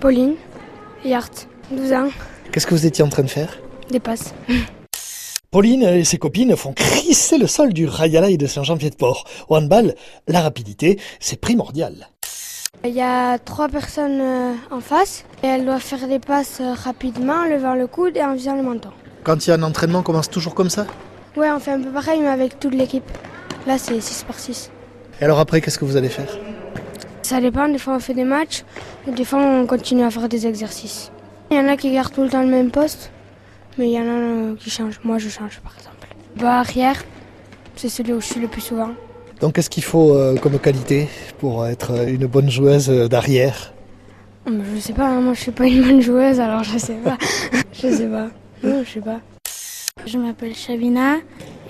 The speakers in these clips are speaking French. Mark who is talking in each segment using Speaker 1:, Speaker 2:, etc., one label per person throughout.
Speaker 1: Pauline, Yart, 12 ans,
Speaker 2: Qu'est-ce que vous étiez en train de faire
Speaker 1: des passes.
Speaker 2: Pauline et ses copines font crisser le sol du Rayalaï de Saint-Jean-Pied-de-Port. Au handball, la rapidité, c'est primordial.
Speaker 1: Il y a trois personnes euh, en face et elles doivent faire des passes euh, rapidement, en levant le coude et en visant le menton.
Speaker 2: Quand il y a un entraînement, on commence toujours comme ça
Speaker 1: Ouais, on fait un peu pareil mais avec toute l'équipe. Là, c'est 6 par 6.
Speaker 2: Et alors après, qu'est-ce que vous allez faire
Speaker 1: Ça dépend, des fois on fait des matchs et des fois on continue à faire des exercices. Il y en a qui gardent tout le temps le même poste, mais il y en a euh, qui changent. Moi, je change par exemple. Bas arrière, c'est celui où je suis le plus souvent.
Speaker 2: Donc qu'est-ce qu'il faut euh, comme qualité pour être euh, une bonne joueuse euh, d'arrière
Speaker 1: Ah, mais Je sais pas, hein, moi je suis pas une bonne joueuse alors je sais pas. je sais pas. Non, je sais pas.
Speaker 3: Je m'appelle Chavina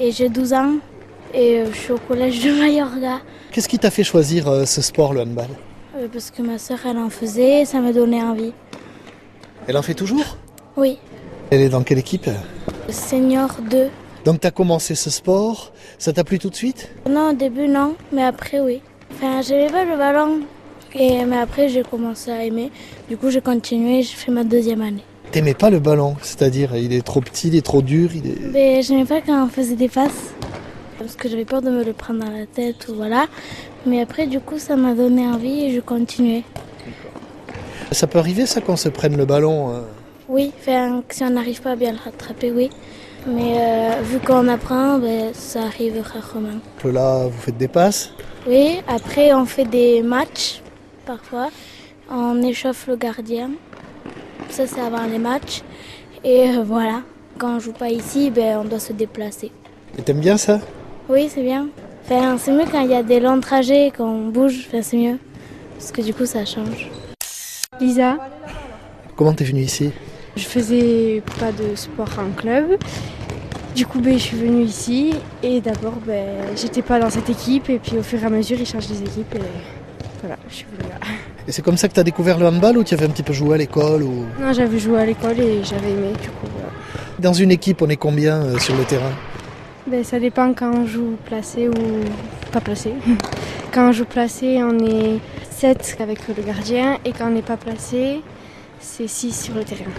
Speaker 3: et j'ai 12 ans et euh, je suis au collège de Mayorga
Speaker 2: Qu'est-ce qui t'a fait choisir euh, ce sport, le handball
Speaker 3: euh, parce que ma sœur elle en faisait et ça m'a donné envie.
Speaker 2: Elle en fait toujours
Speaker 3: Oui,
Speaker 2: Elle est dans quelle équipe
Speaker 3: senior 2.
Speaker 2: Donc t'as commencé ce sport, ça t'a plu tout de suite
Speaker 3: Non, au début non, mais après oui. Enfin, j'aimais pas le ballon et mais après j'ai commencé à aimer. Du coup, j'ai continué, j'ai fait ma deuxième année.
Speaker 2: T'aimais pas le ballon, c'est-à-dire il est trop petit, il est trop dur, il est...
Speaker 3: Mais j'aimais pas quand on faisait des passes parce que j'avais peur de me le prendre dans la tête ou voilà. Mais après, du coup, ça m'a donné envie et je continuais.
Speaker 2: Ça peut arriver ça qu'on se prenne le ballon euh,
Speaker 3: Oui, enfin, si on n'arrive pas à bien le rattraper, oui. Mais euh, vu qu'on apprend, ben, ça arrive rarement.
Speaker 2: que là vous faites des passes.
Speaker 3: Oui, après on fait des matchs parfois. On échauffe le gardien. Ça c'est avant les matchs. Et euh, voilà. Quand on joue pas ici, ben, on doit se déplacer.
Speaker 2: Et t'aimes bien ça
Speaker 3: Oui, c'est bien. Enfin, c'est mieux quand il y a des longs trajets, quand on bouge, enfin, c'est mieux. Parce que du coup ça change.
Speaker 4: Lisa,
Speaker 2: Comment t'es venue ici
Speaker 4: je faisais pas de sport en club. Du coup, ben, je suis venue ici et d'abord, ben, j'étais pas dans cette équipe et puis au fur et à mesure, ils changent les équipes et voilà, je suis venue là.
Speaker 2: Et c'est comme ça que t'as découvert le handball ou tu avais un petit peu joué à l'école ou...
Speaker 4: Non, j'avais joué à l'école et j'avais aimé, du coup, voilà.
Speaker 2: Dans une équipe, on est combien euh, sur le terrain
Speaker 4: Ben, ça dépend quand on joue placé ou pas placé. Quand on joue placé, on est 7 avec le gardien et quand on n'est pas placé, c'est 6 sur le terrain.